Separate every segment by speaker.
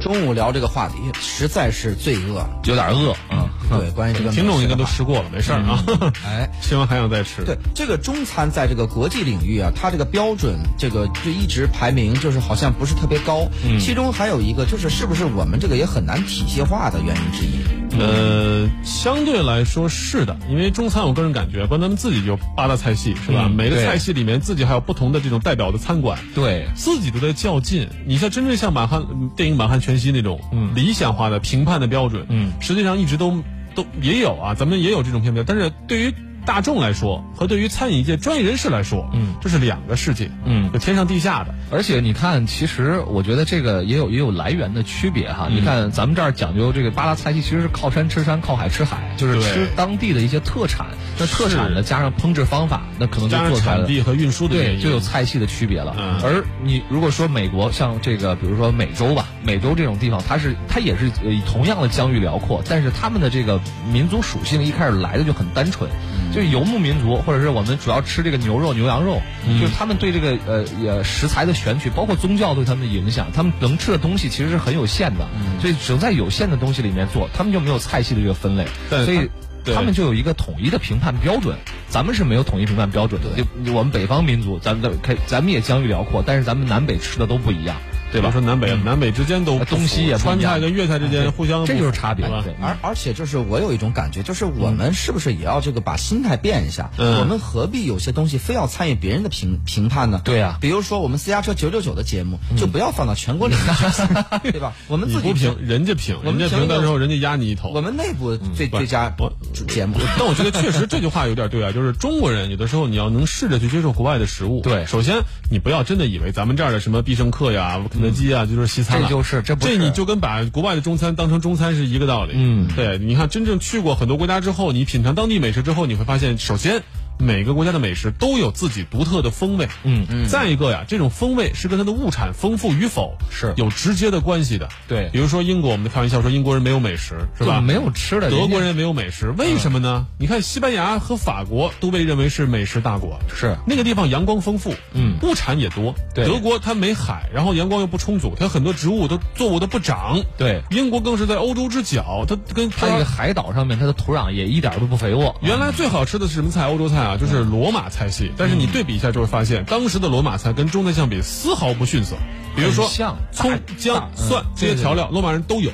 Speaker 1: 中午聊这个话题，实在是罪恶。
Speaker 2: 有点饿啊。
Speaker 1: 对，关于这个美食
Speaker 3: 嗯听
Speaker 1: 的话
Speaker 3: 众应该都吃过了，没事儿啊。
Speaker 2: 嗯
Speaker 1: 哎，
Speaker 3: 吃完还想 再吃。
Speaker 1: 对，这个中餐在这个国际领域啊，它这个标准这个就一直排名就是好像不是特别高。
Speaker 3: 嗯
Speaker 1: 其中还有一个就是是不是我们这个也很难体系化的原因之一。
Speaker 3: 呃，相对来说是的，因为中餐我个人感觉，光咱们自己就八大菜系是吧？
Speaker 2: 嗯
Speaker 3: 每个
Speaker 2: 对
Speaker 3: 菜系里面自己还有不同的这种代表的餐馆，
Speaker 2: 对，
Speaker 3: 自己都在较劲。你像真正像满汉嗯电影《满汉全席》那种、
Speaker 2: 嗯
Speaker 3: 理想化的评判的标准，
Speaker 2: 嗯
Speaker 3: 实际上一直都都也有啊，咱们也有这种评判，但是对于大众来说和对于餐饮界专业人士来说，
Speaker 2: 嗯
Speaker 3: 这是两个世界，
Speaker 2: 嗯
Speaker 3: 就天上地下的。
Speaker 2: 而且你看，其实我觉得这个也有也有来源的区别
Speaker 3: 嗯
Speaker 2: 哈。你看咱们这儿讲究这个八大菜系，其实是靠山吃山，靠海吃海，就是
Speaker 3: 对
Speaker 2: 吃当地的一些特产。那特产呢，加上烹制方法，那可能就
Speaker 3: 加上
Speaker 2: 做出来
Speaker 3: 产
Speaker 2: 了。
Speaker 3: 地和运输的原
Speaker 2: 对，
Speaker 3: 因，
Speaker 2: 就有菜系的区别了。
Speaker 3: 嗯
Speaker 2: 而你如果说美国像这个，比如说美洲吧，美洲这种地方，它是它也是呃同样的疆域辽阔，但是他们的这个民族属性一开始来的就很单纯，
Speaker 3: 嗯
Speaker 2: 就是游牧民族，或者是我们主要吃这个牛肉、牛羊肉，
Speaker 3: 嗯
Speaker 2: 就是他们对这个呃也食材的选取，包括宗教对他们的影响，他们能吃的东西其实是很有限的，
Speaker 3: 嗯
Speaker 2: 所以只能在有限的东西里面做，他们就没有菜系的这个分类，
Speaker 3: 但
Speaker 2: 所以
Speaker 3: 他。对
Speaker 2: 他们就有一个统一的评判标准，咱们是没有统一评判标准的。就我们北方民族，咱们的可以，咱们也疆域辽阔，但是咱们南北吃的都不一样，对吧嗯啊
Speaker 3: 比？如说南北、南北之间都不
Speaker 2: 东西也不一
Speaker 3: 川
Speaker 2: 样哎
Speaker 3: 菜跟粤菜之间互相
Speaker 2: 这就是差别。
Speaker 3: 对吧
Speaker 2: 对
Speaker 1: 而而且就是我有一种感觉，就是我们是不是也要这个把心态变一下？
Speaker 3: 嗯
Speaker 1: 我们何必有些东西非要参与别人的评评判呢？
Speaker 2: 对啊
Speaker 1: 比如说我们私家车九九九的节目，就不要放到全国领域去， 对吧？我们
Speaker 3: 嗯你
Speaker 1: 自己
Speaker 3: 不评，人家评，
Speaker 1: 我
Speaker 3: 人
Speaker 1: 们
Speaker 3: 家
Speaker 1: 评
Speaker 3: 评
Speaker 1: 论
Speaker 3: 的时候，人家压你一头嗯
Speaker 1: 我。们内部最
Speaker 3: 不呃
Speaker 1: 最佳
Speaker 3: 我
Speaker 1: 主节目。
Speaker 3: 但我觉得确实这句话有点对啊，就是中国人有的时候你要能试着去接受国外的食物。
Speaker 2: 对
Speaker 3: 首先你不要真的以为咱们这儿的什么必胜客呀、肯德基啊，就是西餐了。
Speaker 2: 这就是这不是
Speaker 3: 这你就跟把国外的中餐当成中餐是一个道理。
Speaker 2: 嗯
Speaker 3: 对，你看真正去过很多国家之后，你品尝当地美食之后，你会发现，首先每个国家的美食都有自己独特的风味。
Speaker 2: 嗯
Speaker 3: 嗯。再一个呀，这种风味是跟它的物产丰富与否
Speaker 2: 是
Speaker 3: 有直接的关系的。
Speaker 2: 对
Speaker 3: 比如说英国，我们开玩笑说英国人没有美食，是吧？
Speaker 2: 就没有吃的，
Speaker 3: 德国
Speaker 2: 家啊
Speaker 3: 人没有美食，为什么呢？你看西班牙和法国都被认为是美食大国，
Speaker 2: 是
Speaker 3: 那个地方阳光丰富，
Speaker 2: 嗯
Speaker 3: 物产也多。
Speaker 2: 对
Speaker 3: 德国它没海，然后阳光又不充足，它很多植物都作物都不长。
Speaker 2: 对
Speaker 3: 英国更是在欧洲之角，它跟
Speaker 2: 它这个海岛上面，它的土壤也一点儿都不肥沃。
Speaker 3: 原来最好吃的是什么菜？欧洲菜啊，就是
Speaker 2: 嗯
Speaker 3: 罗马菜系。但是你对比一下就会发现，当时的罗马菜跟中菜相比丝毫不逊色。比如说
Speaker 2: 很像
Speaker 3: 葱
Speaker 2: 大、
Speaker 3: 姜、
Speaker 2: 嗯
Speaker 3: 蒜这些
Speaker 2: 对对嗯
Speaker 3: 调料，罗马人都有，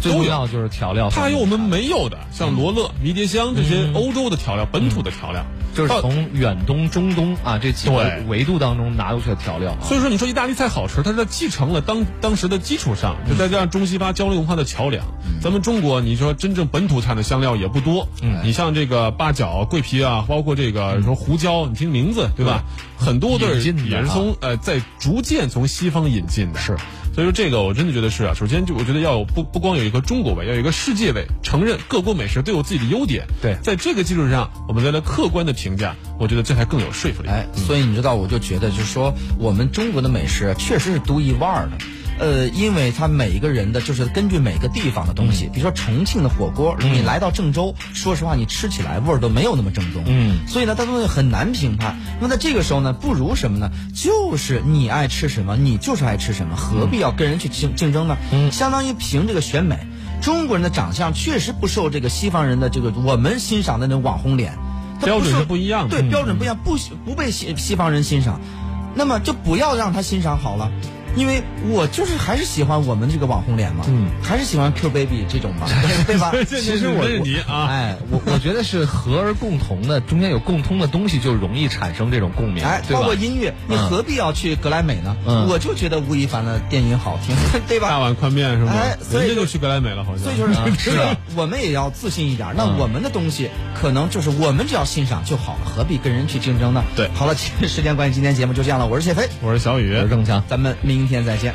Speaker 2: 最
Speaker 3: 都
Speaker 2: 重
Speaker 3: 有。
Speaker 2: 要就是调嗯料方
Speaker 3: 它
Speaker 2: 面，
Speaker 3: 有我们没有的，像罗勒、迷迭香这些欧洲的调料、本土的调料，
Speaker 2: 就是
Speaker 3: 到
Speaker 2: 从远东、中东啊这几个
Speaker 3: 对
Speaker 2: 维度当中拿出去的调料啊。
Speaker 3: 所以说，你说意大利菜好吃，它是在继承了当当时的基础上，就
Speaker 2: 嗯
Speaker 3: 再加上中西方交流文化的桥梁。咱们中国，你说真正本土产的香料也不多，
Speaker 2: 嗯
Speaker 3: 你像这个八角、桂皮啊，包括这个说胡椒，你听名字对吧？很多都
Speaker 2: 引
Speaker 3: 是
Speaker 2: 进的
Speaker 3: 也是从呃在逐渐从西方引进的。
Speaker 2: 是，
Speaker 3: 所以说这个我真的觉得是啊，首先就我觉得要有不不光有一个中国味，要有一个世界味，承认各国美食都有自己的优点。
Speaker 2: 对
Speaker 3: 在这个基础上，我们再来客观的评价，我觉得这才更有说服力。
Speaker 1: 哎，所以你知道，我就觉得就是说，我们中国的美食啊确实是独一无二的。呃，因为它每一个人的就是根据每个地方的东
Speaker 3: 嗯
Speaker 1: 西，比如说重庆的火锅，你来到郑州，说实话，你吃起来味儿都没有那么正宗。
Speaker 2: 嗯，
Speaker 1: 所以呢，它东西很难评判。那么在这个时候呢，不如什么呢？就是你爱吃什么，你就是爱吃什么，何
Speaker 3: 嗯
Speaker 1: 必要跟人去竞竞争呢？嗯，相当于凭这个选美。中国人的长相确实不受这个西方人的这个我们欣赏的那种网红脸，它
Speaker 3: 标准
Speaker 1: 受
Speaker 3: 是不一样的
Speaker 1: 对，
Speaker 3: 嗯
Speaker 1: 标准不一样，不不被西西方人欣赏，那么就不要让他欣赏好了。因为我就是还是喜欢我们这个网红脸嘛，嗯，还是喜欢 Q baby 这种 嘛，对吧？
Speaker 3: 其
Speaker 2: 实我
Speaker 3: 是你啊，
Speaker 2: 哎，我我觉得是和而共同的，中间有共通的东西，就容易产生这种共鸣，
Speaker 1: 哎，
Speaker 2: 对
Speaker 1: 包括
Speaker 2: 吧？
Speaker 1: 音乐，你
Speaker 2: 嗯
Speaker 1: 何必要去格莱美呢？
Speaker 2: 嗯啊
Speaker 1: 我就觉得吴亦凡的电音 好听，对吧？
Speaker 3: 大碗宽面是吗？
Speaker 1: 哎所以
Speaker 3: 人家
Speaker 1: 就
Speaker 3: 就去格莱美了，好像。
Speaker 1: 所以就是，
Speaker 2: 是
Speaker 1: 所以
Speaker 2: 啊嗯
Speaker 1: 我们也要自信一点。那我们的东西可能就是我们只要欣赏就好了，何必跟人去竞争呢？
Speaker 3: 对
Speaker 1: 好了，其实时间关系，今天节目就这样了。我是谢飞，
Speaker 3: 我是小雨，
Speaker 2: 郑强。
Speaker 1: 咱们明天再见。